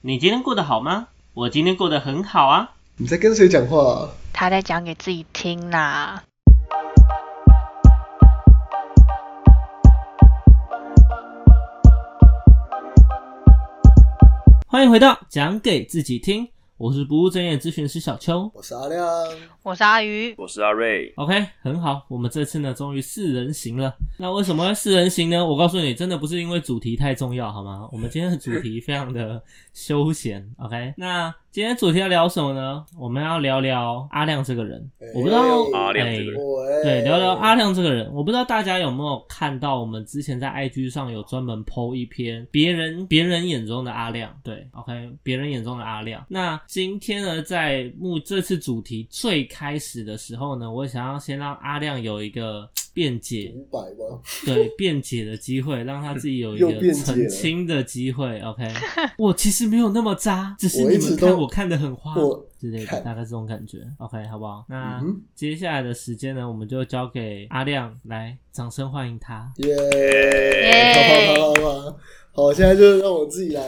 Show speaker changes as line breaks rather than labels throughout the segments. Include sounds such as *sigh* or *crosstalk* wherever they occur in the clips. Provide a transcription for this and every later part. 你今天过得好吗？我今天过得很好啊。
你在跟谁讲话、啊？
他在讲给自己听啦。
欢迎回到讲给自己听，我是不务正业咨询师小邱。
我是阿亮，
我是阿鱼，
我是阿瑞，
OK，很好，我们这次呢终于四人行了。那为什么会四人行呢？我告诉你，真的不是因为主题太重要，好吗？我们今天的主题非常的休闲，OK？那今天主题要聊什么呢？我们要聊聊阿亮这个人。我不知道
哎
阿亮这个人
我哎
对，聊聊阿亮这个人，我不知道大家有没有看到，我们之前在 IG 上有专门 PO 一篇别人别人眼中的阿亮，对，OK，别人眼中的阿亮。那今天呢，在目这次主题最开始的时候呢，我想要先让阿亮有一个辩解，
五百万，
对辩解的机会，让他自己有一
又辩
个
解
澄
了
清的机会。OK，我 *laughs* 其实没有那么渣，只是
我
你
一
们
直都
看我看的很花
我
之类的，
看
大概这种感觉。OK，好不好？那
嗯哼
接下来的时间呢，我们就交给阿亮来，掌声欢迎他。
耶！好好好好好，好，现在就让我自己来，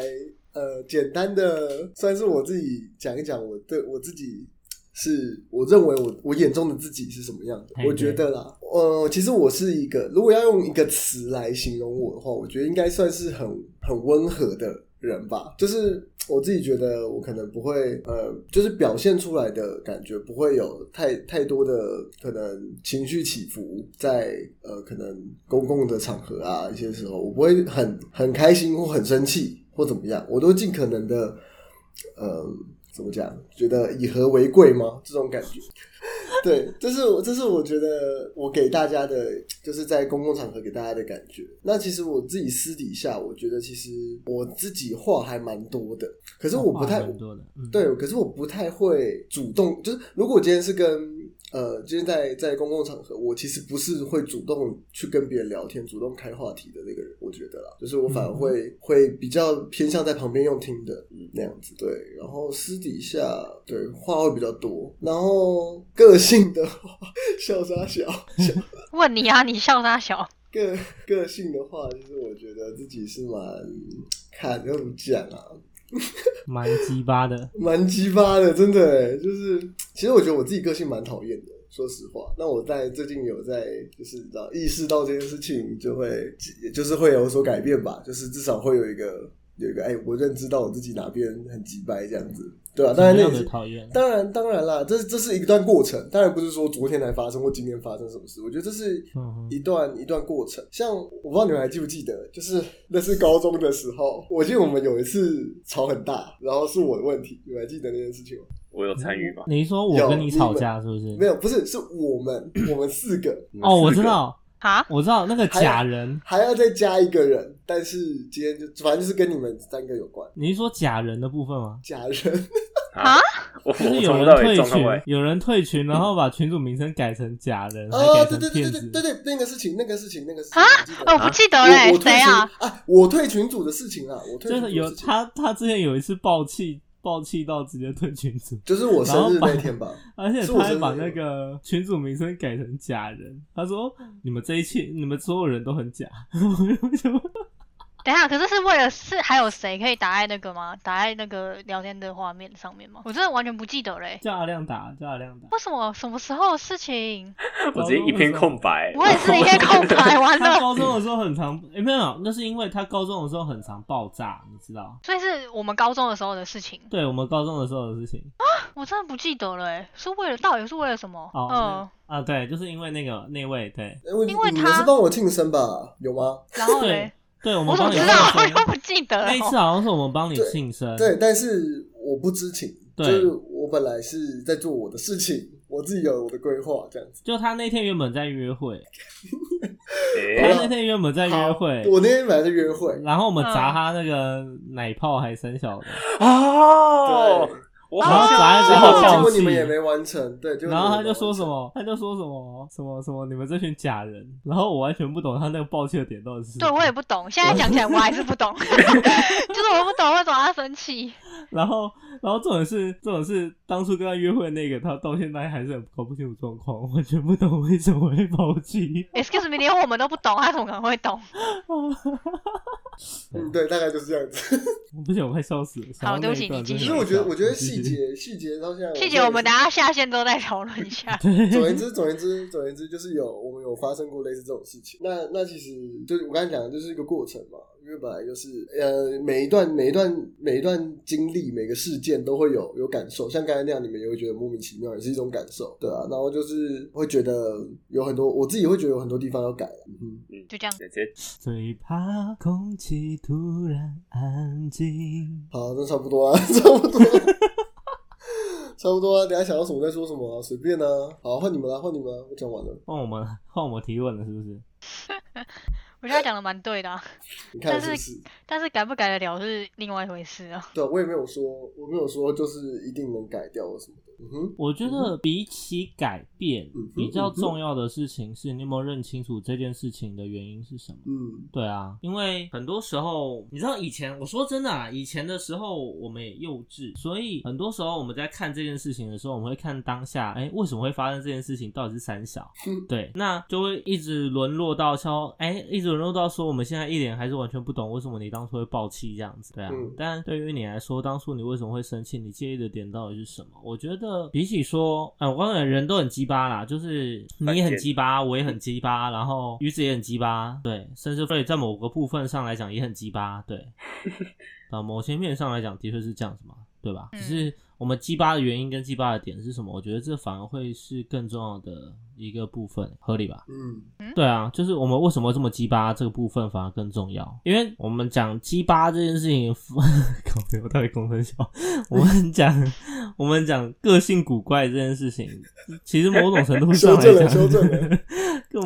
呃，简单的算是我自己讲一讲我对我自己。是我认为我我眼中的自己是什么样的
嘿？
我觉得啦，呃，其实我是一个，如果要用一个词来形容我的话，我觉得应该算是很很温和的人吧。就是我自己觉得我可能不会，呃，就是表现出来的感觉不会有太太多的可能情绪起伏在呃可能公共的场合啊一些时候，我不会很很开心或很生气或怎么样，我都尽可能的，呃，怎么讲？觉得以和为贵吗？这种感觉。 *laughs* 对，这是我，这是我觉得我给大家的，就是在公共场合给大家的感觉。那其实我自己私底下，我觉得其实我自己话还蛮多的，可是我不太
话，蛮多的，嗯，
对，可是我不太会主动，就是如果我今天是跟呃，今天在在公共场合，我其实不是会主动去跟别人聊天、主动开话题的那个人，我觉得啦，就是我反而会、会比较偏向在旁边用听的那样子，对，然后私底下对话会比较多，然后个性的话，笑啥笑，笑
问你啊，你笑啥笑？
个个性的话，其实我觉得自己是蛮看怎么讲啊，
蛮鸡巴的。
*laughs* 蛮鸡巴的，真的欸，就是其实我觉得我自己个性蛮讨厌的，说实话。那我在最近有在就是你知道意识到这件事情，就会就是会有所改变吧，就是至少会有一个有一个哎、我认知到我自己哪边很鸡掰这样子，对吧、啊？当然
什
那
么样
也
的
是
讨厌，
当然，当然啦，这这是一段过程，当然不是说昨天才发生或今天发生什么事。我觉得这是
嗯哼
一段一段过程。像我不知道你们还记不记得，就是那是高中的时候，我记得我们有一次吵很大，然后是我的问题，你们还记得那件事情吗？
我有参与吗？
你是说我
有
跟你吵
你
架是不是？
没有，不是，是我们我们四个
哦，我知
四个，
道，
啊？
我知道那个
还有
假人，
还要再加一个人，但是今天就反正就是跟你们三个有关，
你是说假人的部分吗？
假人。
*laughs*
啊
我我
嗯就是
从
有
头
人
到尾
退
状况外
群，，有人退群，然后把群主名称改成假人，还
哦，
改
对对
成
对
骗
对对对
子。
对，那个事情，那个事情，那个事情，我记得
啊哦，我不记得
我
嘞
我，退
谁
群
啊？
啊，我退群组的事情啊，我退
就是
群组的
有
事情
他，他之前有一次爆气，爆气到直接退群组，
就是我生日那天吧，
而且
是
他
我
还
真的
把
有
那个群主名称改成假人。他说：“你们这一切，你们所有人都很假。 *laughs* 我就想说
等一下，可是是为了是还有谁可以打在那个吗？打在那个聊天的画面上面吗？我真的完全不记得嘞”。
叫阿亮打，叫阿亮打。
为什么什么时候的事情？
我直接一片空白。
我也是一片
*laughs*
空白，完
他
*laughs* 了。
高中的时候很常，诶没有，那是因为他高中的时候很常爆炸，你知道？
所以是我们高中的时候的事情，
对我们高中的时候的事情
我真的不记得了、欸，是为了到底是为了什么？
哦
嗯、
啊，对，就是因为那个那位，对
因为
因为
你
他
们是帮我庆生吧？有吗？
然后
对
嘞，
对，我们
我怎
帮
么
你
知道？
庆
我
生
又不记得
那
了
一。次好像是我们帮你
对
庆生，
对，但是我不知情，
嗯
就
对
是我本来是在做我的事情，我自己有我的规划这样子。
就他那天原本在约会，他
哎
好，
那天原本在约会，
我那天本来在约会，
嗯
啊然后我们砸他那个奶泡还三小的，
哦，我
然后
好像
砸在
结
之
果
后
结
跳
果你们
起
也没完成，对，结果
然后他
你们也没
就说
完
什么，他就说什么什么什么，你们这群假人。然后我完全不懂他那个抱歉的点到底是什
对
么。
我也不懂，现在讲起来我还是不
*laughs*
懂，就是我不懂为什么他生气。
然后，然后这种是这种是当初跟他约会的那个，他到现在还是很搞不清楚状况，我完全不懂为什么会抛弃。
Excuse me，连我们都不懂，他怎么可能会懂？
成嗯，对，大概就是这样
*laughs*
子。
我不行，我快笑死了。想到
对
那
不起
一段
你
真
继
的
其
续
实
很
我觉得，
笑
我觉
*laughs*
得
你继续
细节 *laughs* 细节到现在，
细节我们等下下线之后再讨论
*laughs*
一下。
总而言之，总而言之，总而言之，就是有我们有发生过类似这种事情。那那其实就是我刚才讲的，就是一个过程嘛。因为本来就是呃，每一段每一段每一段经历，每个事件都会有有感受。像刚才那样，你们也会觉得莫名其妙，也是一种感受，对啊。然后就是会觉得有很多，我自己会觉得有很多地方要改啊。嗯哼
就这样，
直接
最怕空气突然安静。
好，那差不多啊， *laughs* 差不多，差不多啊。等一下想到什么再说什么啊，随便啊。好，换你们啦，换你们啦，我讲完了。
换我们换我们提问了，是不是？
我觉得他讲的蛮对的、啊，
你看
但
是
是
不是？
但是改不改得了是另外一回事
*laughs*
啊。
对，我也没有说，我没有说就是一定能改掉或什么的。嗯哼，
我觉得比起改变
嗯哼，
比较重要的事情是你有没有认清楚这件事情的原因是什么。
嗯
对啊，因为很多时候，你知道以前我说真的啊，以前的时候我们也幼稚，所以很多时候我们在看这件事情的时候，我们会看当下，哎，为什么会发生这件事情，到底是三小
嗯，
对，那就会一直沦落到像，哎，一直沦落到说我们现在一脸还是完全不懂为什么你当初会爆气这样子，对啊，
嗯
但对于你来说，当初你为什么会生气？你介意的点到底是什么？我觉得比起说，啊，我刚才人都很鸡巴啦，就是你也很鸡巴，我也很鸡巴，然后鱼子也很鸡巴，对，甚至对在某个部分上来讲也很鸡巴，对，啊，某些面上来讲的确是这样子嘛，对吧？
嗯
只是我们鸡巴的原因跟鸡巴的点是什么？我觉得这反而会是更重要的一个部分，合理吧？
嗯
对啊，就是我们为什么这么鸡巴这个部分反而更重要，因为我们讲鸡巴这件事情， *laughs* 靠北，我到底公分小？ *laughs* 我们讲我们讲个性古怪这件事情，其实某种程度上来讲，
修正了修正了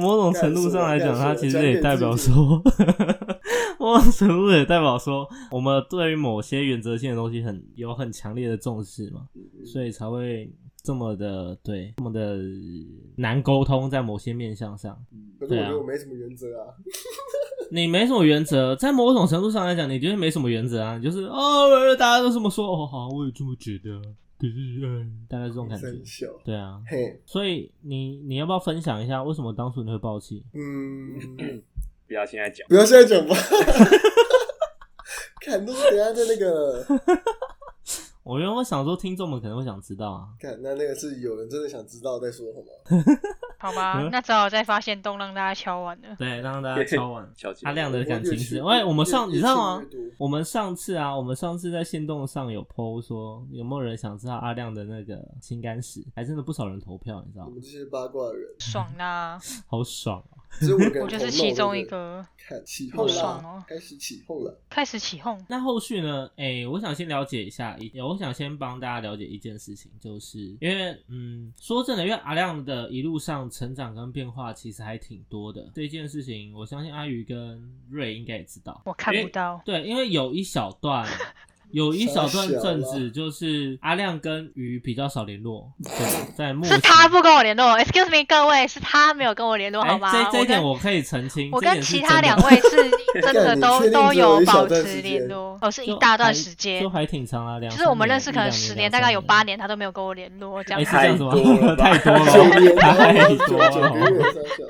某种程度上来讲，它
干死
其
了
实也代表说，某种程度也代表说，我们对于某些原则性的东西很有很强烈的重视嘛，
嗯
所以才会这么的对这么的难沟通在某些面向上。
嗯，可是我
对啊
觉得我没什么原则啊。
你没什么原则，在某种程度上来讲，你觉得没什么原则啊，你就是哦，大家都这么说，哦，好，我也这么觉得，可是，嗯，大概这种感觉，
真小，
对啊，
嘿，
所以你你要不要分享一下为什么当初你会爆气？
*laughs* 嗯，
不要现在讲，
不要现在讲吧。 *laughs* 看，都是等一下在那个，
我原本想说听众们可能会想知道啊，
看那那个是有人真的想知道再说好吗？
好吧
嗯，
那只好再发现洞让大家敲完了。
对，让大家敲
*laughs*
完
小姐
阿亮的感情是，
我越
哎喂，我们上
越
你知道
越
吗？
听越多
我们上次啊，我们上次在线动上有 PO 说，有没有人想知道阿亮的那个情感史？还真的不少人投票，你知道
我
吗
们？这些八卦的人，
爽啦、
好爽啊！
所以我跟
我就是其中一。个。
看起
好
哄
爽哦
啦，开始起哄了。
开始起哄，
那后续呢？哎、我想先了解一下，一我想先帮大家了解一件事情，就是因为，嗯，说真的，因为阿亮的一路上成长跟变化其实还挺多的。这件事情，我相信阿宇跟瑞应该也知道。
我看不到。
对，因为有一小段，有一小段
傻小
阵
啦
子，就是阿亮跟鱼比较少联络。对，在目
是他不跟我联络，Excuse me，各位，是他没有跟我联络，
哎、
好吗？
这这一点
我
我可以澄清。
跟我
这一
跟
点是
其
真
他
的
两位是真的
干你
都
确定
都
只有
有
一小
保
段
持
时
联
间
络，哦，
*laughs*
是
就
一大
还
段时间
就，还挺长啊，两
就是我们
三年
认识
一
可能
两
十
年，
大概有八
年。
年，他都没有跟我联络，这
哎、
样
是这样
子
子吗
太多了？吧
*laughs* 太多
九年
了，*laughs*
吧，
太
九
多
九
了。
个月三小。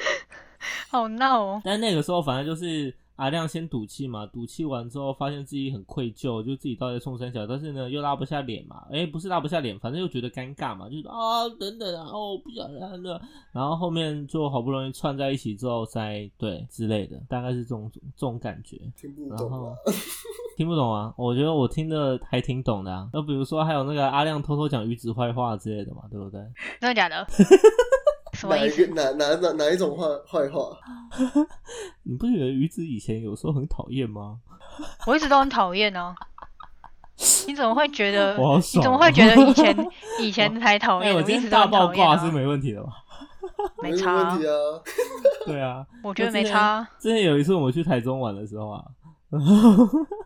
好闹哦。
但那个时候反正就是阿亮先赌气嘛，赌气完之后发现自己很愧疚，就自己到底在冲三小，但是呢又拉不下脸嘛，哎、不是拉不下脸，反正又觉得尴尬嘛，就是啊等等啊，哦不想让了，然后后面就好不容易串在一起之后再对之类的，大概是这种这种感觉。
听不
然
懂
后
啊，
*laughs*
*laughs*
听不懂啊，我觉得我听的还挺懂的啊。那比如说还有那个阿亮偷偷讲鱼子坏话之类的嘛，对不对？
真的
*laughs*
假的？什么
哪
意
一
思？啊
个哪哪哪哪一种坏坏话？
你不觉得鱼子以前有时候很讨厌吗？
我一直都很讨厌呢。你怎么会觉得？
我好
你
爽、哦
怎么会觉得以前以前才讨
哎、
厌？
我
我
今
一直
天
都
大
很
爆
讨厌
挂是
啊。
没问题的吧？ *laughs*
没
什
差
么
啊
问，题啊。
对啊，
我觉得
那之
没
前
差啊。
之前有一次我们去台中玩的时候啊，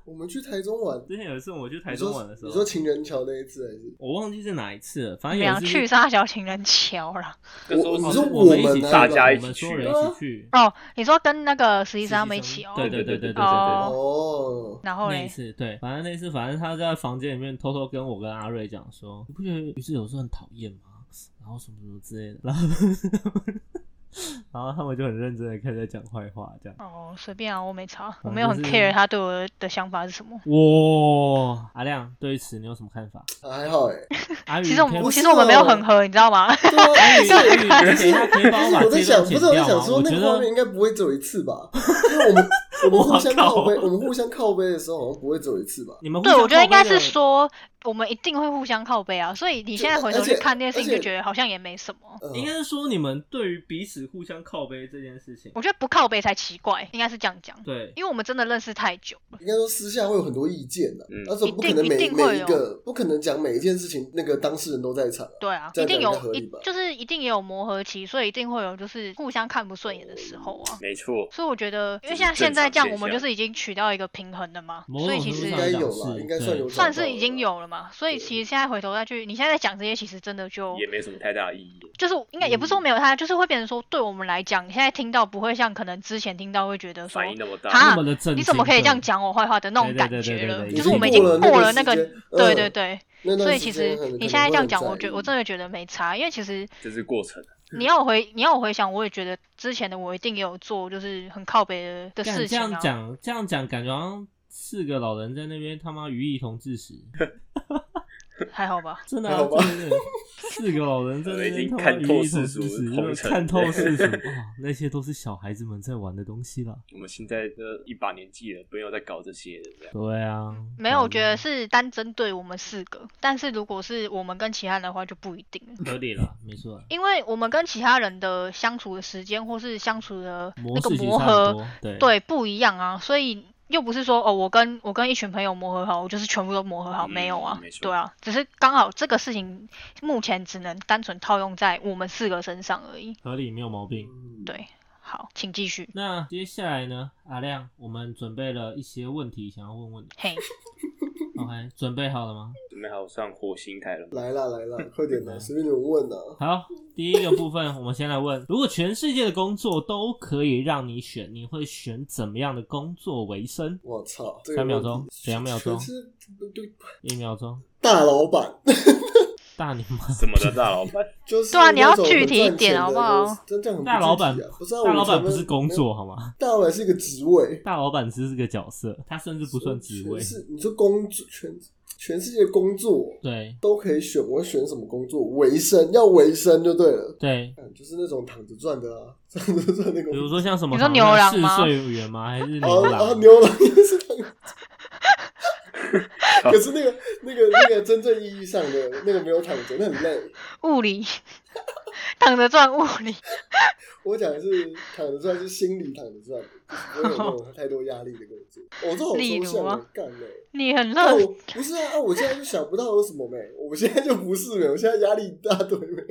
我们去台中玩，
之前有一次我去台
你
中
说
玩的时候，
你说情人桥那一次还是？
我忘记是哪一次了，反正有
两
一次
去
是
杀小情人桥了。
那时候
我你
哦
说
是
我
们
们
一起
呢
大家
我
一
们
起
所有
去
人一起去，
哦，你说跟那个实习生他们一
实习
起
生
哦？
对对对对对对
哦
对。
哦，
然后
那一
嘞，
次，对，反正那一次，反正他在房间里面偷偷跟我跟阿瑞讲说，你不觉得于是有时候很讨厌吗？然后什么什么之类的，然后然后他们就很认真的开始在讲坏话，这样。
哦，随便啊，我没查，我
正
没有很
就是
care 他对我的想法是什么。
哇，阿亮，对于此你有什么看法？
还好哎、
*laughs*
阿宇，
其实我
你可以
们
不是
其实我们没有很
哦
合，你知道吗？ *laughs*
对啊，
阿宇，
不是
阿宇，等一下可以
不
帮
是
把
我在
这
想，
段
不
剪
是我在
掉
想
吗？
说
我
那
觉
个画面
得
应该不会只有一次吧？因为我们我们互相靠背，
*laughs* 我
我们互相靠背的时候好像不会只有一次吧？
你们
对，
互相
我觉得应该
靠背
是
的
说我们一定会互相靠背啊，所以你现在回头去看这件事情，就觉得好像也没什么。
嗯
应该是说你们对于彼此互相靠背这件事情，
我觉得不靠背才奇怪，应该是这样讲，
对，
因为我们真的认识太久了。
应该说私下会有很多意见的
嗯，
但是不可
一
能
定
每
一定
每
会
一
有
个不可能讲每一件事情，那个当事人都在场啊。
对啊，
这
一
样
定
讲比较合
有
理
一
吧
就是一定也有磨合期，所以一定会有就是互相看不顺眼的时候啊。
没错，
所以我觉得，因为
这是
像现
正
在
常
这样，
现
我们
象
就是已经取到一个平衡了嘛，
某
所以
种
其
程度
应
实
上
该
讲
有啦，
是
应该
对
算有找
算
到了
是已经有了嘛。所以其实现在回头再去，你现在在讲这些，其实真的就
也没什么太大意义。
就是应该也不是说没有他，就是会变成说，对我们来讲，你现在听到不会像可能之前听到会觉得说
反应那么
哈
大，
那么的震惊，
啊你怎么可以这样
对？
讲我坏话的那种
对对
感
对对
觉
对
了，
对
就
已
是我
经
们已经
过了那
过
个
了那
时
个，
间
对对
嗯
对，
那段
所以
时
其
间
实
很
你
可
现
能
在
会
这样
很
讲，我
在
觉
意嗯
我真的觉得没差，因为其实
这是过程。
你要我回你要我回想，我也觉得之前的我一定也有做，就是很靠北的的
干
事
这
情
样
啊。
讲，这样讲，感觉好像四个老人在那边他妈与异同致
*laughs*
死，
还好
*laughs*
吧？
真的、啊
还好吧，
真的有四个老人在那边他妈与异同致死，真的看透
*laughs*
世俗，哇，那些都是小孩子们在玩的东西啦。
我们现在这一把年纪了，不用再搞这些了，这样
对啊，
没有，我觉得是单针对我们四个，但是如果是我们跟其他人的话就不一定了，
合理了，没错啊，
因为我们跟其他人的相处的时间或是相处的
模
那
式
个
其实
磨
差
合
很，多，对
对，不一样啊，所以又不是说哦，我跟我跟一群朋友磨合好，我就是全部都磨合好，没有啊
嗯没，错
对啊，只是刚好这个事情目前只能单纯套用在我们四个身上而已。
合理没有毛病。
嗯
对，好，请继续。
那接下来呢，阿亮，我们准备了一些问题想要问问你
*laughs*
嘿，
，OK，准备好了吗？
准备好上火星台了吗？
来啦来
嗯
啦，快点啊啦，随便你们问啦。
好，第一个部分，我们先来问： *laughs* 如果全世界的工作都可以让你选，你会选怎么样的工作为生？
我操，这个
三秒
问题
钟，两秒
全
钟，
是对
一秒钟，
大老板，
大你妈！
什么的大老
*laughs*
板，
就是
对啊你要
那种很
具体一
赚
点
钱
好不
的
好
公司？真的很不
大老
具
板
体啊不是
大
啊我
老板
前
不
面
是工
没有
作好吗？
大老板是一个职位，
大老板只是个角色，他甚至不算职位
全。是你说工作，全全世界工作
对
都可以选，我选什么工作？维生要维生就对了，
对，
嗯，就是那种躺着赚的啊，躺着赚那个。
比如说像什么
你说牛郎
四
吗
岁员吗？还是牛
哦哦，
郎？
牛郎也是躺着。 *laughs* 可是那个、那个、那个真正意义上的那个没有躺着，那很累。
物理，躺着赚物理，
我讲的是躺着赚，是心理躺着赚，不会有那种太多压力的工作。我、这好
例
抽
如
象啊
啊，
干嘞、
你很
那
乐
我不是啊，啊我现在就想不到有什么没，我现在就不是没，我现在压力一大堆没。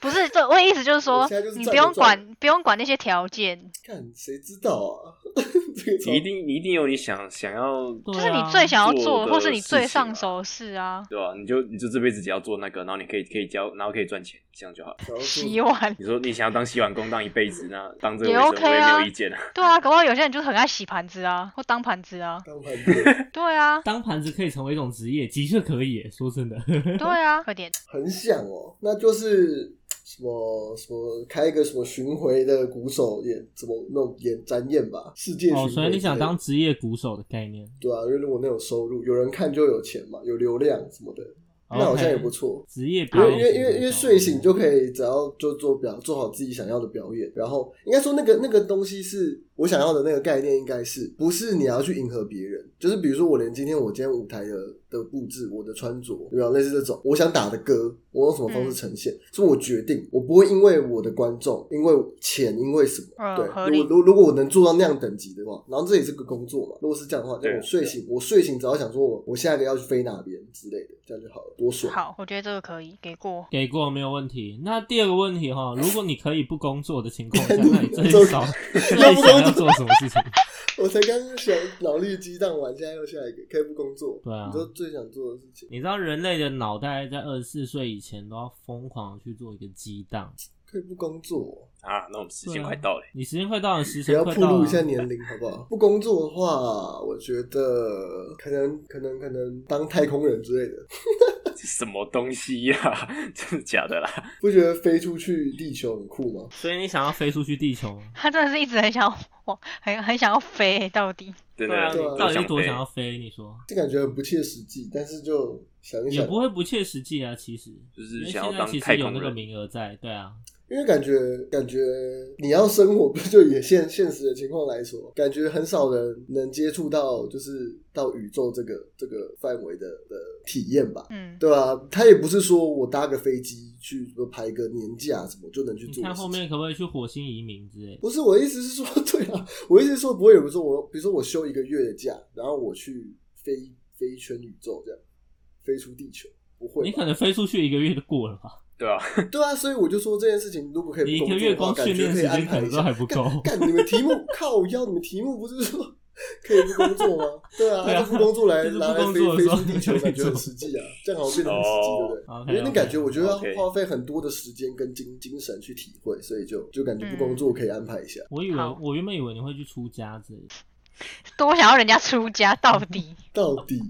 不是？这我的意思就是
我
说
现在就是，
你
站
不
着赚
用管不用管那些条件，
看谁知道啊？ *laughs* 这个
你一定你一定有你想想要，
对
就是你
啊
最想要
做
做，
的
或是你
事
最
情
上
啊
手的事啊。
对吧？你就你就这辈子只要做那个，然后你可以可以交，然后可以赚钱，这样就好了。
想要做 *laughs*
洗碗，
你说你想要当洗碗工当一辈子，那当这个
也
卫生
OK
我也没
啊
有意见啊。
对啊，搞不好有些人就是很爱洗盘子啊，或当盘子啊，
当盘子，
对啊，
当盘子可以成为一种职业，的确可以耶。说真的，
对啊，快点，
很想哦，那就是。什么什么开一个什么巡回的鼓手演怎么那种演展演吧，世界巡回
哦，
之类的、
所以你想当职业鼓手的概念
对啊，因为如果能有收入，有人看就有钱嘛，有流量什么的，那好像也不错。
职业
因
表
为
演
因
型的
为
那种，
因为因为睡醒就可以，只要就做表做好自己想要的表演，然后应该说那个那个东西是我想要的那个概念，应该是不是你要去迎合别人？就是比如说我连今天我今天舞台的的布置、我的穿着，有没有类似这种？我想打的歌，我用什么方
嗯
式呈现，是我决定，我不会因为我的观众、因为钱、因为什么。
嗯合
对，
理
如果如如果我能做到那样等级的话，然后这也是个工作嘛。如果是这样的话，那
对
我睡醒，我睡醒只要想说我我下一个要去飞哪边之类的，这样就好了，多爽！
好，我觉得这个可以给过。 *laughs*
给过没有问题。那第二个问题哈，如果你可以不工作的情
*laughs*
况下，那你最少最想要做什么事情？ *laughs*
*laughs* 我才刚想脑力激荡完，现在又下一个，可以不工作。
对啊
你说最想做的事情，
你知道人类的脑袋在二十四岁以前都要疯狂地去做一个激荡。
可以不工作，
啊，那我们时
对
间
啊
快到了，
你时间快到了，时
不
辰
要
快
暴
到了。
露一下年龄好不好？ *laughs* 不工作的话，我觉得可能可能可能当太空人之类的，
这什么东西呀、 *laughs* 真的假的啦？
不觉得飞出去地球很酷吗？
*laughs* 所以你想要飞出去地球吗？
他真的是一直很想要往， *laughs* 很很想要飞、到底。
真
啊，
的，
你
我
到底是
想
多
飞
想要飞？你说
这感觉很不切实际，但是就想一
也
想，
不会不切实际啊，其实。
就是
因为
想要
现在
当
其
太
实有
空
那个
人。
名额在，对啊，
因为感觉感觉你要生活，不就也现现实的情况来说，感觉很少人能接触到就是到宇宙这个这个范围的的体验吧。
嗯，
对啊，他也不是说我搭个飞机去什么排个年假什么就能去
你
做的
看嗯
事
后
情
面可不可以去火星移民之类的？
不是我的意思是说，对啊，我的意思是说不会有人说我，比如说我休一个月的假，然后我去飞飞一圈宇宙这样，飞出地球，不会吧。
你可能飞出去一个月就过了吧？
对啊，
对啊，所以我就说这件事情如果可
你
以
一
不
个
工作
月
的话，
光
感
训
觉
练
可以
时
安
间可
排
能
一
都
下。
还不够。
干你们题目靠腰，你们题目不是说 *laughs* 可以不工作吗？对啊，
对啊
那就不工作
*laughs*
来
就是不
拿来
工
飞
作的
飞
时候
出地球，
可以
感觉很
做
实际啊，这样好像变得很实际，对不对？
哦
因为那
OK，OK，
感觉，我觉得要
OK
花费很多的时间跟精精神去体会，所以就就感觉不工
嗯
作可以安排一下。
我以为
好
我原本以为你会去出家之类的，
多想要人家出家到
*laughs*
底。
到底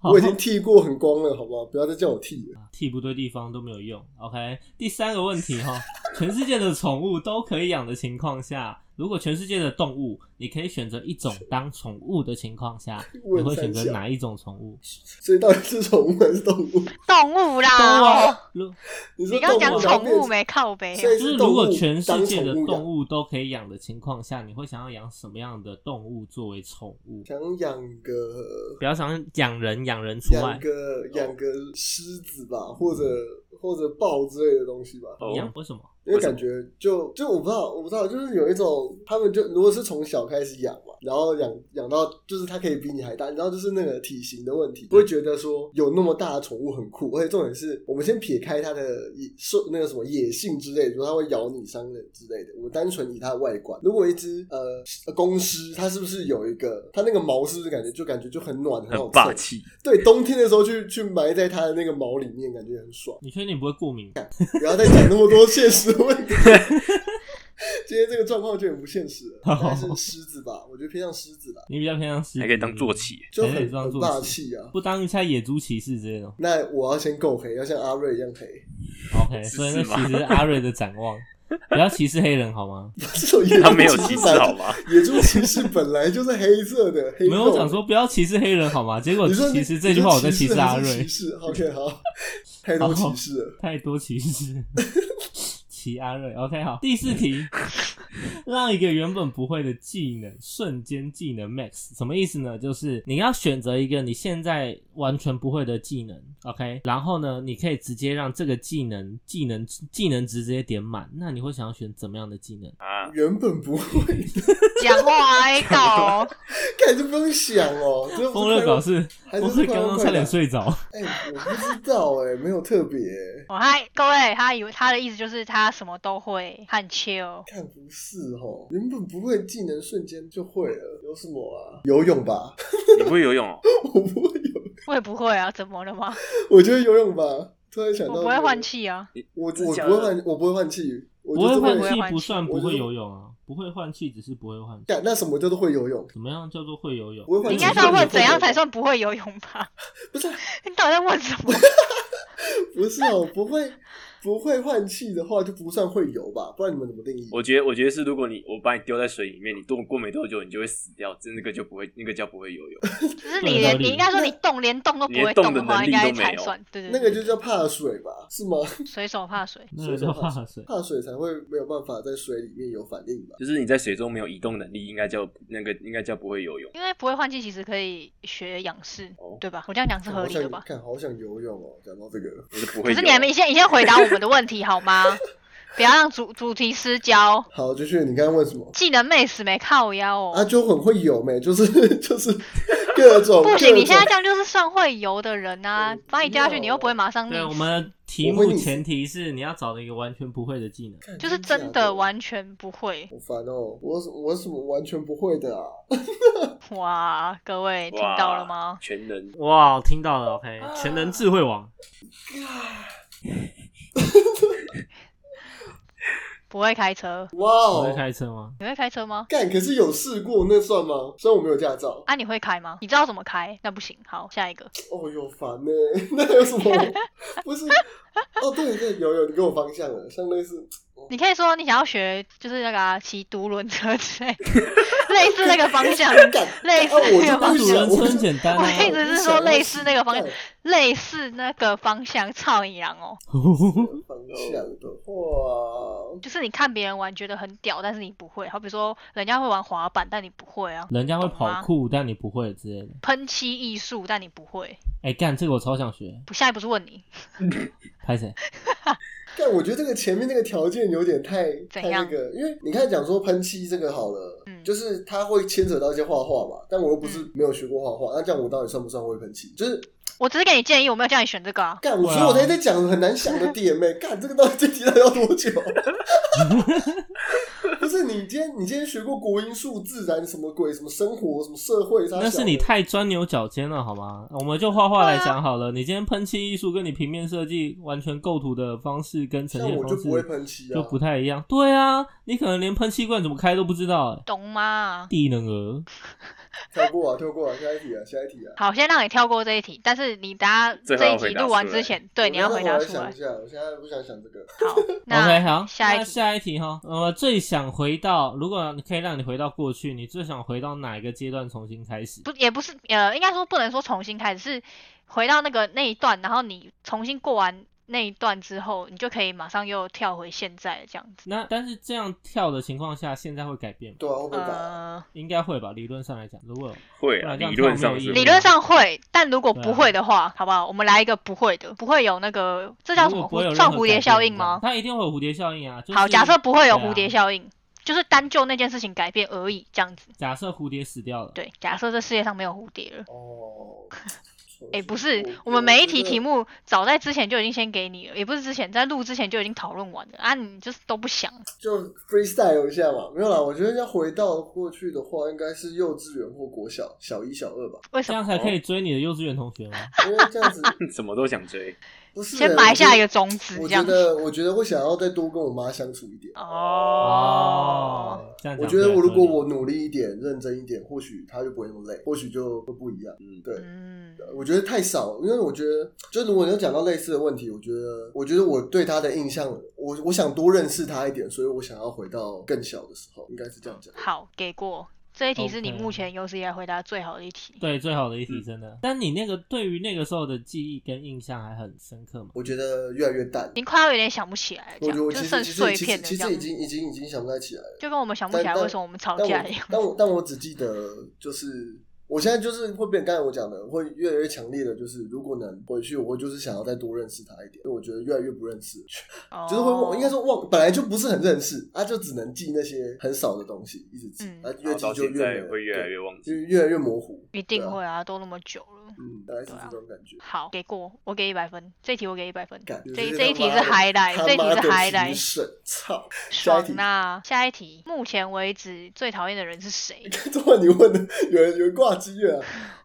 哎、我已经
好
剃过很光了，好吗？不要再叫我剃了。
剃不对地方都没有用。OK，第三个问题哈， *laughs* 全世界的宠物都可以养的情况下，如果全世界的动物你可以选择一种当宠物的情况
*laughs*
下，你
问
会选
三
择
小
哪一种宠物？
所以到底是宠物还是动物？
动物啦，哦
啊
如
你说
你刚
动物
讲
然后
宠
变
物
成
没靠背啊，
所以
就是
是
如
动
果
物
全世
当
界的
宠物
动
养，
物都可以养的情况下，你会想要养什么样的动物作为宠物？
想养个
不要想养人，养人除
养
外。
个养个狮子吧，或者或者豹之类的东西吧，
哦
养为什么？
因为感觉就就我不知道我不知道，就是有一种他们就如果是从小开始养嘛，然后养养到就是它可以比你还大，然后就是那个体型的问题，不会觉得说有那么大的宠物很酷，而且重点是我们先撇开它的野兽那个什么野性之类的，比如它会咬你伤人之类的，我呃们单纯以它的外观，如果一只呃公狮，它是不是有一个它那个毛是不是感觉就感觉就很暖好 *laughs*
很
蹭
霸？气，
对，冬天的时候去去埋在它的那个毛里面，感觉很爽。
你确定你不会过敏？
不要再讲那么多现实的问题。今天这个状况就很不现实了，但是狮子吧，我觉得偏向狮子吧，
你比较偏向狮子，
还可以当坐骑。
就
还是
很
哎你当
很
坐
霸气啊。
不当一下野猪骑士之类的。
那我要先够黑，要像阿瑞一样黑，
OK，
是
所以那
是吗
其实是阿瑞的展
*laughs*
望，不要歧视黑人好吗？
这种野
他
猪
没
*laughs*
有
骑士
歧视
本来
好吗？ *laughs*
野猪骑士本来就是黑色的，黑
没有我
肉
讲说不要歧视黑人好吗？结果
你说
其实这句话我在歧视阿
歧
瑞，
视
*laughs*
，OK 好，太多歧视了。
太多歧视。 *laughs* 骑阿瑞，OK 好。第四
*laughs*
题，让一个原本不会的技能瞬间技能 max，什么意思呢？就是你要选择一个你现在完全不会的技能，OK，然后呢，你可以直接让这个技能技能技能值直接点满。那你会想要选怎么样的技能？
啊，
原本不会，
*laughs* 讲话还搞
*laughs*
哦，
感觉不用想哦。这不是
风热
快
表
乐
示，
还是
我
是
是
快
刚
乐
刚
快
差点
感
睡着。
哎，我不知道哎，没有特别哎。
我还哦各位，他以为他的意思就是他什么都会，很 chill。
看不是哦，原本不会技能瞬间就会了，有什么啊？游泳吧， *laughs*
你不会游泳哦？
我不会游，
我也不会啊，怎么了吗？
我觉得游泳吧。突然想到，
我不会换，气啊，
我我
真
不
假的
会换，我不会换气，我
不
就
会
是
换
会
气
换
不
气
算
我
不
就
会
是
游泳啊，不会换气只是不会换气。
干那什么叫做会游泳？
怎么样叫做会游泳？
不会换
你
气
应该是要问怎样才
算？
算不会游泳吧？
不是啊
*laughs* 你到底在问什么？
不是
*laughs*
哦，不会不会换气的话就不算会游吧？不然你们怎么定义？
我觉得，我觉得是，如果你我把你丢在水里面，你动过没多久，你就会死掉，这那个就不会，那个叫不会游泳。
只是
对
你
道
连
理
你应该说你动连动都不会的话，
连动的能力
应该
都没
才
有
算。对对对，
那个就叫怕水吧？是吗？
水手怕水。
那个叫怕水。
怕水才会没有办法在水里面有反应吧？
就是你在水中没有移动能力，应该叫那个应该叫不会游泳。
因为不会换气，其实可以学仰视，
哦
对吧？我这样讲是合
好
理的
想
吧？
看，好想游泳哦！讲到这个，
我是不会
可
游
是你还没，你先你先回答我们的问题好吗？ *laughs* 不要让主主题失焦。
好，就是你刚刚问什么？
技能妹死没靠腰哦，
啊，就很会游没， *laughs* 就是就是各种
不
各
行，你
种
现在这样就是算会游的人呐、
我
把你丢下去，你又不会马上溺
对，我
死
们题
我
目
会
前提是你要找的一个完全不会的技能。
看
就是
真
真的
完。
完全不会
好烦哦！我我什么完全不会的啊！
哇！各位听
哇
到了吗？
全能，
哇，听到了，OK，全
啊
能智慧王，
不会开车，
哇
你会
哦，
开车
*laughs*
吗？
你会开车吗？
干！可是有试过那算吗？虽然我没有驾照，
啊，你会开吗？你知道怎么开？那不行，好，下一个。
哦哟烦呢、 *laughs* 那有什么？不是哦，对对，有有，你给我方向了，像类似
你可以说你想要学，就是那个啊骑、独轮车之类的，类似那个方向，
*laughs* 干
类似
啊我
那
就
个方
不
独
想
向，
轮
我
车
就
很简单啊
我一直是说类似那个方向
干，
类似那个方向，操你娘哦！
方向的哦话，
就是你看别人玩觉得很屌，但是你不会。好比说人家会玩滑板，但你不会啊；
人家会
懂吗
跑酷，但你不会之类的。
喷漆艺术，但你不会。
哎、干这个我超想学，
不，现在不是问你，
拍谁？
但我觉得这个前面那个条件有点太太
怎
那
样
个，因为你看讲说喷漆这个好了，
嗯
就是它会牵扯到一些画画嘛，但我又不是
嗯
没有学过画画，那这样我到底算不算会喷漆？就是
我只是给你建议，我没有叫你选这个啊。
干，我
对
所
啊
以我才在讲很难想的点呗、干这个到底这题到底要多久？ *laughs* 不是你今天你今天学过国音数、自然什么鬼、什么生活、什么社会，啥小的
那是你太钻牛角尖了，好吗？我们就画画
啊
来讲好了。你今天喷漆艺术跟你平面设计完全构图的方式跟呈
像
现
我就
方式
不会喷漆啊，
就不太一样。对啊，你可能连喷漆罐怎么开都不知道、哎，
懂吗？
低能儿。
跳过啊，跳过啊，下一题啊，下一题啊。
好，先让你跳过这一题，但是你等下
最后
这一
要回
题
答
录完
出
之
来
前，对，你要回答
我
出
想
来
一。下，我现在不想想这个。
*laughs* 好，
OK，
那
好，
下一
那
题，
下一题哈。呃，最想回到，如果可以让你回到过去，你最想回到哪一个阶段重新开始？
不也不是呃，应该说不能说重新开始，是回到那个那一段，然后你重新过完那一段之后，你就可以马上又跳回现在这样子。
那但是这样跳的情况下，现在会改变吗？
对啊，会不会打？
呃，
应该会吧，理论上来讲，如果
会
不
啊，
然这样
理论上
跳没
是
有意义
理论上会，但如果
对
不
啊
会的话，好不好？我们来一个不会的，不会有那个这叫什
如果
么
不会有
蝴
任
算
何
蝴蝶
改
效
变
应吗？
它一定会有蝴蝶效应啊。就是、
好，假设不会有
对啊
蝴蝶效应，就是单就那件事情改变而已，这样子。
假设蝴蝶死掉了，
对，假设这世界上没有蝴蝶了。 *laughs*
哦，
哎、不是，
我
我们每一题
觉得
题目早在之前就已经先给你了，也不是之前，在录之前就已经讨论完了啊，你就是都不想。
就 freestyle 一下嘛，没有啦。我觉得要回到过去的话，应该是幼稚园或国小小一、小二吧，
为
这
什么？
样才可以追你的幼稚园同学吗？
因为这样
*laughs*
子
*laughs* 什么都想追，
不是、欸、
先埋下一
个。
个种子，
我觉
这样。
得，我觉得会想要再多跟我妈相处一点。
哦，，
这样
我
讲
觉
比较
得
有
我如果
道理
我努力一点、认真一点，或许她就不会那么累，或许就会不一样。
嗯，
对，
嗯，
我觉得太少，因为我觉得，就如果你要讲到类似的问题，我觉得，我觉得我对她的印象，我我想多认识她一点，所以我想要回到更小的时候，应该是这样讲。
好，给过。这一题是你
OK
目前有史以来回答最好的一题。
对最好的一题
嗯
真的，但你那个对于那个时候的记忆跟印象还很深刻吗？
我觉得越来越淡
已，经快要有点想不起来了，这
我觉得
样
我
就
其
是
实
剩
其实
碎
其实
片的
其
这
实已
样，
经已经已经想不太起来了。
就跟我们想不起来
但
为什么我们吵
但
架
我
一样。
但我但我只记得，就是我现在就是会变，刚才我讲的会越来越强烈的，就是如果能回去，我就是想要再多认识他一点。因为我觉得越来越不认识，
哦
就是会忘，应该
说
说忘，本来就不是很认识，啊，就只能记那些很少的东西，一直记，
嗯
啊，
然
越
后
记
到
就
现
越
在
没
会越来越忘
就
记。
越来越模糊。
一定会啊，都那么久了。
嗯，大概是
对啊
这种感觉。
好，给过，我给一百分，这题我给一百分，
感
这这一题是 highlight，这一题是 highlight
操！下一
爽
题
呐、下一题，目前为止最讨厌的人是
*laughs*
谁？
这话你问的，有人有人挂机了啊。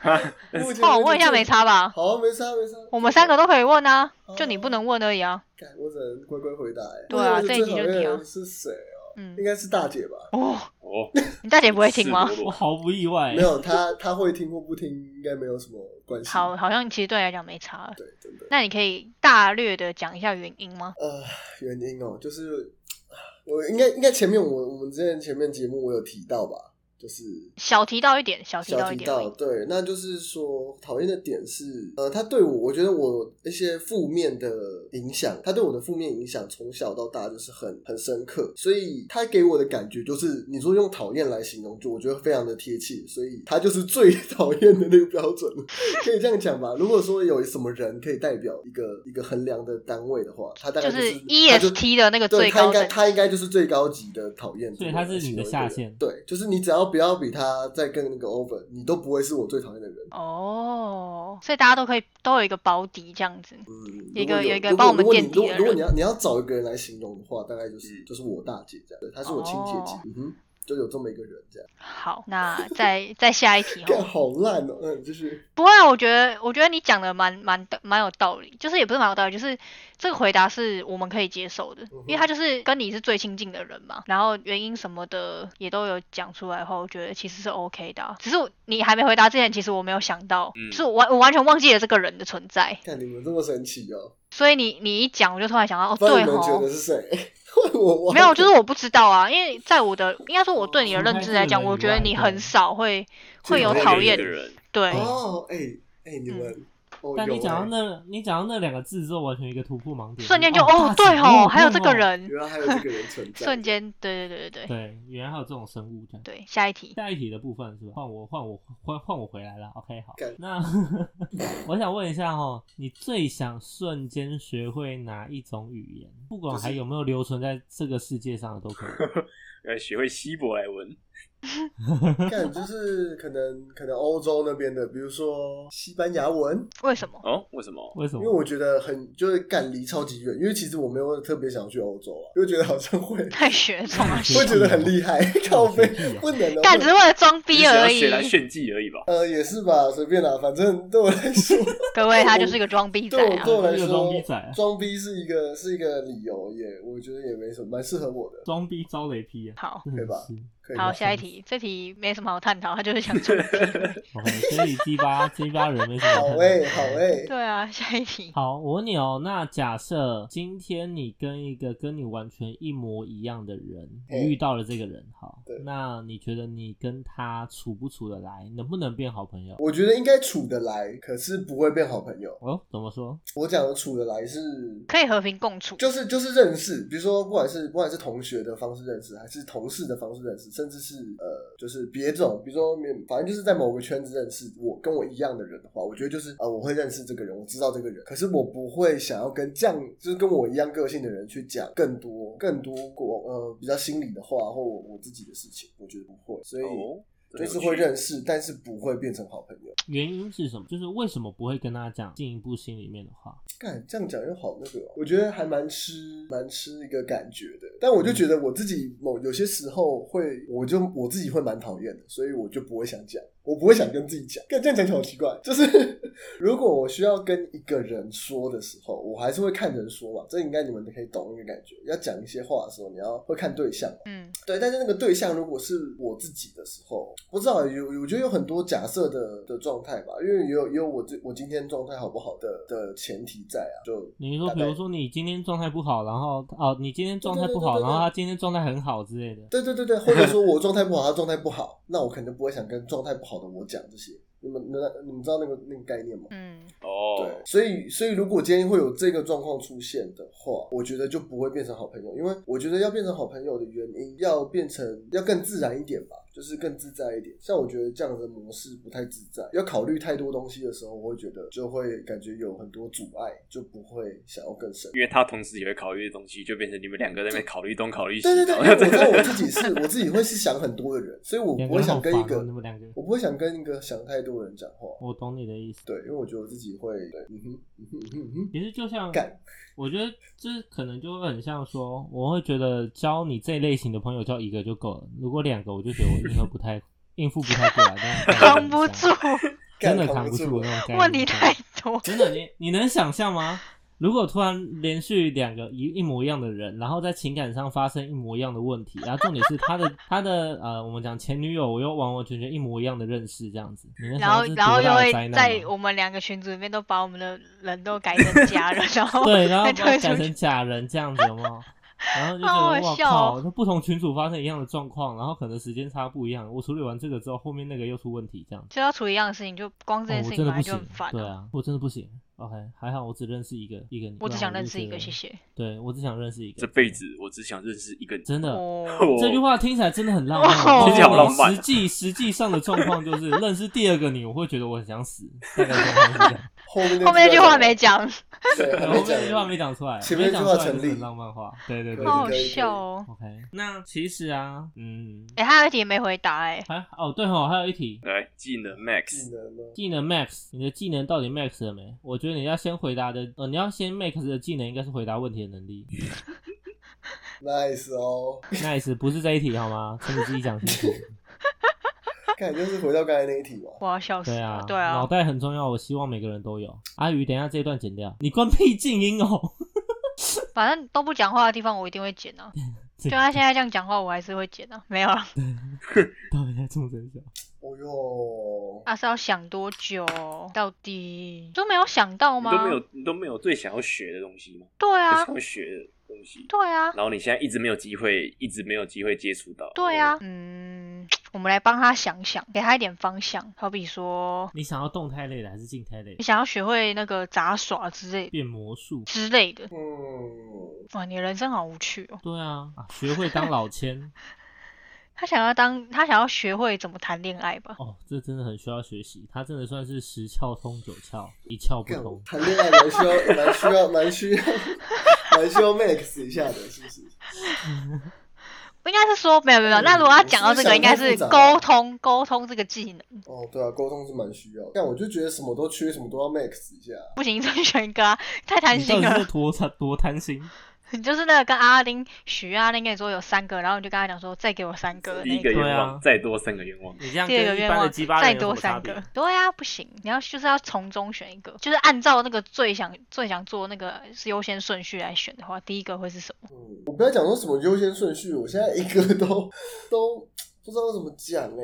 哈，
目前
哦，我问一下没差吧？
好啊，没差没差。
我们三个都可以问啊，就你
哦
不能问而已啊。
干，我只能乖乖回答、欸。
对啊
我觉得
这一题就
最讨厌
你啊
的是谁啊？
嗯
应，该是大姐吧？
哦，
哦，
你大姐 *laughs* 不会听吗
赤？裸
我
裸
毫不意外欸
没，有，她她会听或不听，应该没有什么关系。
好，，好像其实对你来讲没差了。
对，真的。
那你可以大略的讲一下原因吗？
呃，原啊因哦，就是我应该应该前面我我们之前前面节目我有提到吧，就是
小提到一点，小提
小
到一
提
点而
到，
已。
对，那就是说讨厌的点是，呃，他对我，我觉得我一些负面的影响，他对我的负面影响从小到大就是很很深刻，所以他给我的感觉就是，你说用讨厌来形容，就我觉得非常的贴切，所以他就是最 *laughs* 讨厌的那个标准， *laughs* 可以这样讲吧？如果说有什么人可以代表一个一个衡量的单位的话，他大概
就是 E 是
他就
EST 的那个
对
最
他应
高
该
等级，
他应该就是最高级的讨厌，
所以他是你的下限
对，就是你只要不要比他再更那个 over，你都不会是我最讨厌的人。
哦，所以大家都可以都有一个保底这样子。
嗯，
一个
如果
有一个
如果
帮我们
如果你
垫底的
如果如果
人嗯
你要你要找一个人来形容的话，大概就是就是我大姐这样，对，她是我亲姐姐
哦，
嗯哼，就有这么一个人这样，
好，那再再下一题
干
哦。
好烂哦，嗯，就是
不会啊，我觉得我觉得你讲的蛮蛮蛮有道理，就是也不是蛮有道理，就是这个回答是我们可以接受的，
嗯
因为他就是跟你是最亲近的人嘛，然后原因什么的也都有讲出来的话，我觉得其实是 OK 的啊、只是我你还没回答之前，其实我没有想到，
嗯
就是我完我完全忘记了这个人的存在，
看你们这么神奇哦，
所以你你一讲，我就突然想到，哦，
不然
对
你们觉
吼
得。是谁？ *laughs* 我忘
没有，
了
就是我不知道啊，因为在我的应该说我对你的
除
认
开
知
这
来
个
讲，
人
我
以
觉得
外
你
对
很少会 *laughs* 会有
有
讨
一
厌
的，人，
对，
哦，哎哎，你
嗯
们哦，
但你
有
讲到
哎
那，你讲到那两个字之后，完全一个突破盲点，
瞬间就
哦大
哦，，对
姐
吼，还有这个。
哦
人，
原来还有这个人存在，
瞬间，对对对对
对
对
哦对，原来还有这种生物这样。
对，下一题，
下一题的部分是吧？换我，换我，换换我回来了。OK，好
干。
那 *laughs* 我想问一下哦，你最想瞬间学会哪一种语言？不管还有没有留存在这个世界上的都可以。
*laughs*
要呃学会希伯来文。
*laughs*
看，就是可能可能欧洲那边的，比如说西班牙文，
为什
*laughs*
么？
哦，为什么？
为什
因
么？
为我觉得很就是干离超级远，因为其实我没有特别想去欧洲啊，因为觉得好像会
太学宠了，
会觉得很厉害，靠背
屁啊
不能的，
干只是为了装
你
逼
只要
而
学来
已。
炫技而已吧。
呃也是吧，随便啦，反正对我来说，
各位，他就是个装逼仔
对我
啊
对！我来
这个装逼仔
说
啊，
装逼是一个是一个理由，也我觉得也没什么，蛮适合我的，
装逼招雷劈啊！
好，
真的
对吧
是
可以
好，
吗？
下一题，这题没什么好探讨，他就是想装
*laughs*
逼而已。
OK，所以鸡巴鸡巴人没什么
好
看头。
诶、好欸诶、
对啊，下一题，
好，我问你哦。那假设今天你跟一个跟你完全一模一样的人，你
嘿
遇到了这个人，好
对，
那你觉得你跟他处不处得来，能不能变好朋友？
我觉得应该处得来，可是不会变好朋友。
哦，怎么说？
我讲的处得来是
可以和平共处。
就是就是认识，比如说不管是不管是同学的方式认识，还是同事的方式认识，甚至是呃就是别种，比如说反正就是在某个圈子认识我跟我一样的人的话，我觉得就是呃我会认识这个人，我知道这个人，可是我不会想要跟这样就是跟我一样个性的人去讲更多更多过呃比较心里的话或我我自己的事情，我觉得不会，所以。
*laughs* 哦，
就是会认识，但是不会变成好朋友。
原因是什么？就是为什么不会跟他讲进一步心里面的话？
干这样讲又好那个、哦，我觉得还蛮吃蛮吃一个感觉的。但我就觉得我自己某有些时候会，我就我自己会蛮讨厌的，所以我就不会想讲，我不会想跟自己讲。干这样讲起来好奇怪，就是 *laughs* 如果我需要跟一个人说的时候，我还是会看人说嘛。这应该你们都可以懂那个感觉。要讲一些话的时候，你要会看对象。
嗯，
对，但是那个对象如果是我自己的时候，不知道有，我觉得有很多假设的的状态吧，因为也有也有我这我今天状态好不好的的前提在啊，就
你是说，
大
比
概
如说你今天状态不好，然后哦，你今天状态不好，
对对对对对
然后他今天状态很好之类的。
对对对对，或者说我状态不好，他状态不好，那我可能不会想跟状态不好的我讲这些。你们能你们知道那个那个概念吗？
嗯，
哦
对，，所以所以如果今天会有这个状况出现的话，我觉得就不会变成好朋友，因为我觉得要变成好朋友的原因，要变成要更自然一点吧，就是更自在一点。像我觉得这样的模式不太自在，要考虑太多东西的时候，我会觉得就会感觉有很多阻碍，就不会想要更深。
因为他同时也会考虑的东西，就变成你们两个在那边考虑东考虑西，
对对对，因为
然
我知道
后
我自己是 *laughs* 我自己会是想很多的人，所以我
两个
不会
人好
想跟一
烦哦
个
你，们两个人，
我不会想跟一个想太多的人讲话。
我懂你的意思。
对，因为我觉得我自己会，对，嗯哼，嗯哼，嗯哼，嗯哼，
其实就像
干，
我觉得这可能就会很像说，我会觉得交你这类型的朋友交一个就够了，如果两个我就觉得我应合不太应付不太过来，那样
扛不
*laughs*
住，
真的
干扛
扛
不
不
住
住那种概念。
问题太多。
真的，你你能想象吗？如果突然连续两个一一模一样的人，然后在情感上发生一模一样的问题，然后重点是他的他的呃，我们讲前女友，我又完完全全一模一样的认识，这样子，你能
然后
想象这，是
然后
多
又
大的
会
灾难
在
吗
我们两个群组里面都把我们的人都改成家人，然后
*laughs* 对，然后
*laughs*
把
那就
它
会
改
出去
成假人这样子，有没有？然后就
好
觉
好
得哇
笑哦
靠，那不同群组发生一样的状况，然后可能时间差不一样，我处理完这个之后，后面那个又出问题，这样。
就要处理一样的事情，就光这
哦
件，事
我
情
真的
本
不
来就
行
很烦、，
对啊，我真的不行。OK，还好我只认识一个一个你，
我只
不然
想
就
认识一
觉
个，
得
谢。谢。
对我只想认识一个，
*laughs* 这辈子我只想认识一个你。
真的。
哦，
这句话听起来真的很浪漫，
哇
其实
听起来
好浪漫啊
实际实际上的状况
*laughs*
就是，认识第二个你，我会觉得我很想死，大概状况是
*laughs*
这样。
后面
后面那句话没
讲，
讲，
对
对
还
后面
没讲
那句话没讲出来，
前面
没讲
那句
出来
话成
就是
立
很，浪漫化。对对对
好
对
好
可以可以
笑哦。
OK，那其实啊，嗯，
哎、还有一题没回答哎、
还哦对哦，还有一题，
*laughs* 来，技能
技
嗯
Max，
能吗？
技能 max，你的技能到底 max 了没？我觉得你要先回答的，呃，你要先 max 的技能应该是回答问题的能力。 *laughs*
nice 哦，
nice，不是这一题好吗？请你自己讲 *laughs* 清楚。
看就是回到刚才那一题嘛。
我要笑死
对
了
啊，，
对
脑袋很重要，我希望每个人都有。阿鱼，等一下这一段剪掉，你关闭静 *laughs* 音哦。
反正都不讲话的地方我一定会剪啊。就他现在这样讲话，我还是会剪啊，没有啊，
*laughs* 到底在冲真笑？
哦哟，
啊是要想多久？到底都没有想到
你
吗？
都没有，你都没有最想要学的东西吗？
对
最
啊，
想要学的东西，
对啊，
然后你现在一直没有机会，一直没有机会接触到。
对啊，嗯，我们来帮他想想，给他一点方向。好比说，
你想要动态类的还是静态类
你？想要学会那个杂耍之类
变魔术？
之类的，
嗯，
哇，你的人生好无趣哦。
对啊，啊学会当老 *laughs* 千
他想要当，他想要学会怎么谈恋爱吧？
哦，这真的很需要学习。他真的算是十窍通九窍，一窍不
干
通。
谈恋爱蛮需要，蛮需要，蛮需要，蛮需要 max 一下的，是不是？
应该是说没有没有没有。
嗯
那如果要讲到
思
这个，
想
应
太
该是
复杂了
沟通沟通这个技能，
哦，对啊，沟通是蛮需要的。但我就觉得什么都缺，什么都要 max 一下。
不行，这选一个啊，太贪
你到
心
底
了 *laughs*
是。多贪多贪心？
你就是那个跟阿拉丁许愿阿拉丁跟你说有三个，然后你就跟他讲说再给我三个的
第
那
一
个。
个愿
对
望，
啊
再多三个愿望。
你这样
第二个
跟一
愿
般的
望
鸡巴
再
人有
多
什么差
三
别 *laughs*
个？，对啊，不行，你要就是要从中选一个，就是按照那个最想最想做那个优先顺序来选的话，第一个会是什么？
嗯，我不要讲说什么优先顺序，我现在一个都 *laughs* 都不知道怎么讲哎、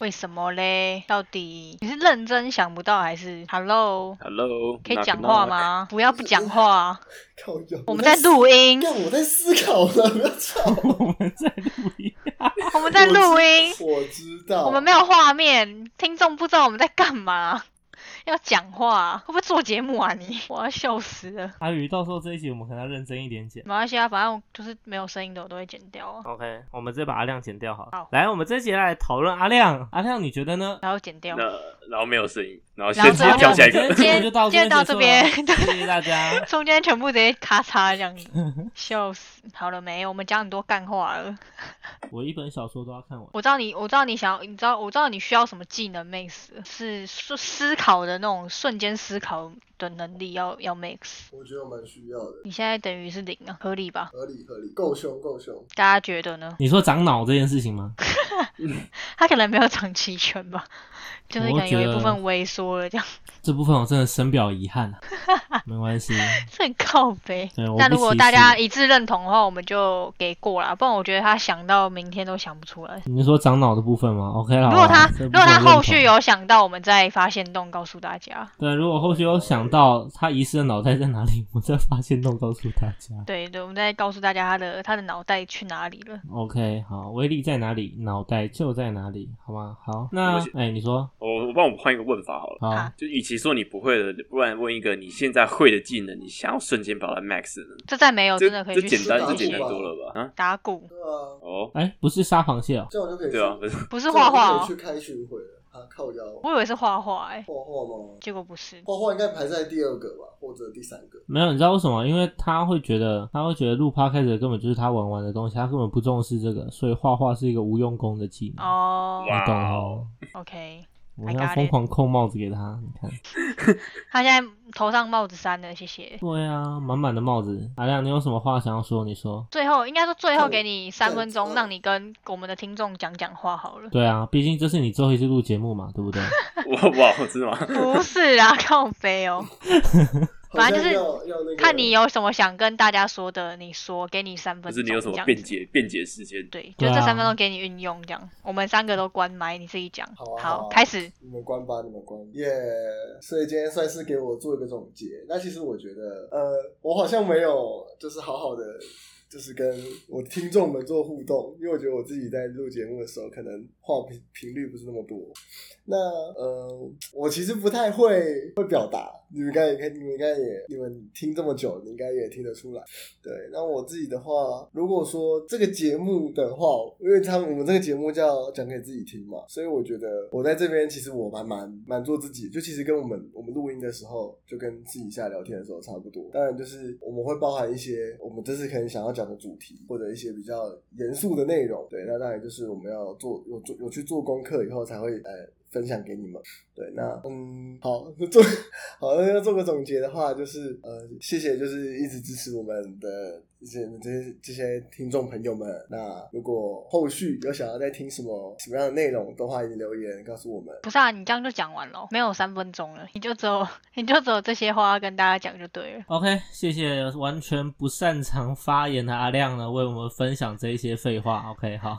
为什么嘞？到底你是认真想不到还是 Hello？
Hello，
可以
knock
讲话
knock？
吗？不要不讲话，
靠腰，
我们在录音，
干，我在思考呢，不要吵。
我们在录音。
我们在录音，
我知道，
我们没有画面，听众不知道我们在干嘛，要讲话，会不会做节目啊你？我要笑死了。
阿宇，到时候这一集我们可能要认真一点剪。
没关系啊，反正我就是没有声音的我都会剪掉啊，
OK，我们直接把阿亮剪掉好了。
好
来，我们这集来讨论阿亮。阿亮，你觉得呢？
然后剪掉。
那然后没有声音，然后
然后
先直
最
接
后
跳下一
我们
个
今。天
今
就
天
到
今天到
这
这
边
边
结束
*laughs*
了，谢谢大家。
中间全部直接咔嚓这 *laughs* 样子，笑死！好了没？我们讲很多干话了。
我一本小说都要看完。
我知道你，我知道你想要，你知道，我知道你需要什么技能 mix，是思思考的那种瞬间思考的能力要要 mix。
我觉得我蛮需要的，
你现在等于是零啊，合理吧？
合理合理，够凶够凶。
大家觉得呢？
你说长脑这件事情吗？
他可能没有长齐全吧，就是
我
可能有一
觉得
部分萎缩了这样， *laughs*
这部分我真的深表遗憾啊。没关系，
这很靠背。
对，我
那
不
如果
歧
大
视
家一致认同的话，我们就给过啦，不然我觉得他想到明天都想不出来。
你是说长脑的部分吗？OK 啦。
如果他
好啦啊这
如
部
果
分
他
认
后
同
续有想到，我们再发现洞告诉大家。
对，如果后续有想到他遗失的脑袋在哪里，我再发现弄告诉大家。
对对，我们再告诉大家他的他的脑袋去哪里了。
OK，好，威力在哪里，脑袋就在哪里，好吗？好，那
我觉
哎、你说
我我帮我换一个问法好了。
好，
啊
就与其说你不会的，不然问一个你现在会的技能，你想要瞬间把它 max 的呢，
这再没有
这
哦真的可
这
以去
简
试
单
打
这
鼓
简单
吧
多了吧？啊，
打鼓，
对啊，
哦，
哎、不是杀螃蟹哦、
这样我就可以
对啊， *laughs*
去
不是
不
这
是
样我
画
就可以
画哦，
去开巡回了啊，靠腰，
我以为是画画哎、
画画吗？
结果不是。
画画应该排在第二个吧，或者第三个。
没有，你知道为什么？因为他会觉得，他会觉得录趴开始根本就是他玩玩的东西，他根本不重视这个，所以画画是一个无用功的技能。
哦、
哇
你懂哦？
o k
我要疯狂扣帽子给他，你看。
他现在头上帽子删了，谢谢。
对啊，满满的帽子。阿亮，你有什么话想要说？你说。
最后应该说最后
对
给你三
对
分
最
钟，
后
让你跟我们的听众讲讲话
*laughs*
好了。
对啊，毕竟这是你最后一次录节目嘛，对不对？
哇哇，真的吗？
不是啊，靠背哦。反正就是
好像要要那个，
看你有什么想跟大家说的，你说，给你三
不
分
是
钟。
你有什么
这样
辩
子？
解辩解时间？
对，就
对
这
啊
三分钟给你运用，这样。我们三个都关麦，你自己讲。
好啊好啊
开始。
你们关吧，你们关耶。所以今天算是给我做一个总结。那其实我觉得，呃，我好像没有就是好好的。就是跟我听众们做互动，因为我觉得我自己在录节目的时候，可能话频频率不是那么多。那呃，我其实不太会会表达，你们应该也看，你们应该也，你们听这么久，你应该也听得出来。对，那我自己的话，如果说这个节目的话，因为他们我们这个节目叫讲给自己听嘛，所以我觉得我在这边其实我蛮蛮蛮做自己，就其实跟我们我们录音的时候，就跟私底下聊天的时候差不多。当然就是我们会包含一些我们这次可能想要讲的主题，或者一些比较严肃的内容。对，那当然就是我们要做有做有去做功课以后才会呃。分享给你们，对，那嗯，好，那做好，那要做个总结的话，就是呃，谢谢，就是一直支持我们的这些这些这些听众朋友们。那如果后续有想要再听什么什么样的内容的话，也留言告诉我们。
不是啊，你这样就讲完了，没有三分钟了，你就只有 *laughs* 你就只有这些话要跟大家讲就对
*laughs*
了。
OK，谢谢完全不擅长发言的阿亮呢，为我们分享这一些废话。OK，好。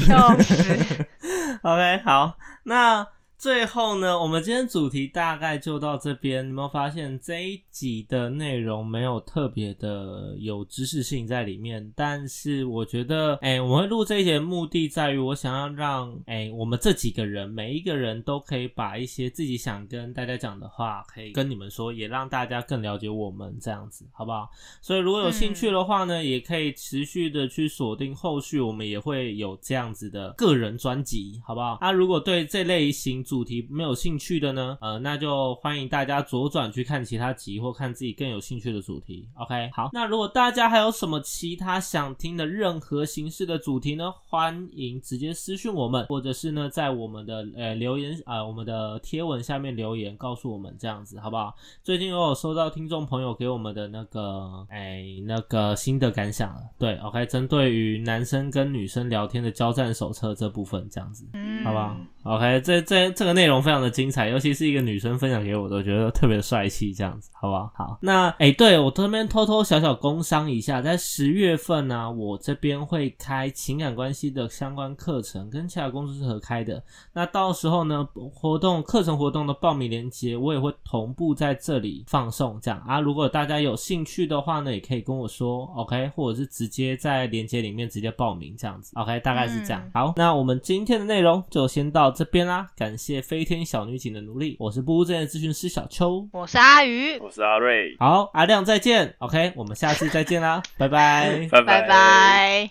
笑死，
*laughs* OK，好，那最后呢，我们今天主题大概就到这边。你有没有发现这一集的内容没有特别的有知识性在里面？但是我觉得，哎、我会录这一节目的在于，我想要让哎、我们这几个人每一个人都可以把一些自己想跟大家讲的话，可以跟你们说，也让大家更了解我们这样子，好不好？所以如果有兴趣的话呢，也可以持续的去锁定后续，我们也会有这样子的个人专辑，好不好？啊，如果对这类型主题没有兴趣的呢，呃，那就欢迎大家左转去看其他集或看自己更有兴趣的主题。OK，好，那如果大家还有什么其他想听的任何形式的主题呢，欢迎直接私讯我们，或者是呢在我们的呃留言呃我们的贴文下面留言告诉我们这样子，好不好？最近我有收到听众朋友给我们的那个，哎、那个新的感想了。对，OK，针对于男生跟女生聊天的交战手册这部分，这样子，
嗯，
好不好？？OK，这这这个内容非常的精彩，尤其是一个女生分享给我的，我觉得特别帅气，这样子，好不好？好，那哎、对我这边偷偷小小工商一下，在十月份呢、我这边会开情感关系的相关课程，跟其他公司是合开的。那到时候呢，活动课程活动的报名链接我也会同步在这里放送，这样啊，如果大家有兴趣的话呢，也可以跟我说，OK，或者是直接在链接里面直接报名这样子，OK，大概是这样。
嗯
好，那我们今天的内容就先到这边啦，感谢飞天小女警的努力，我是不务正业的咨询师小邱。
我是阿鱼，
我是阿瑞， *laughs*
好，阿亮再见，OK，我们下次再见啦，拜拜。
拜
拜拜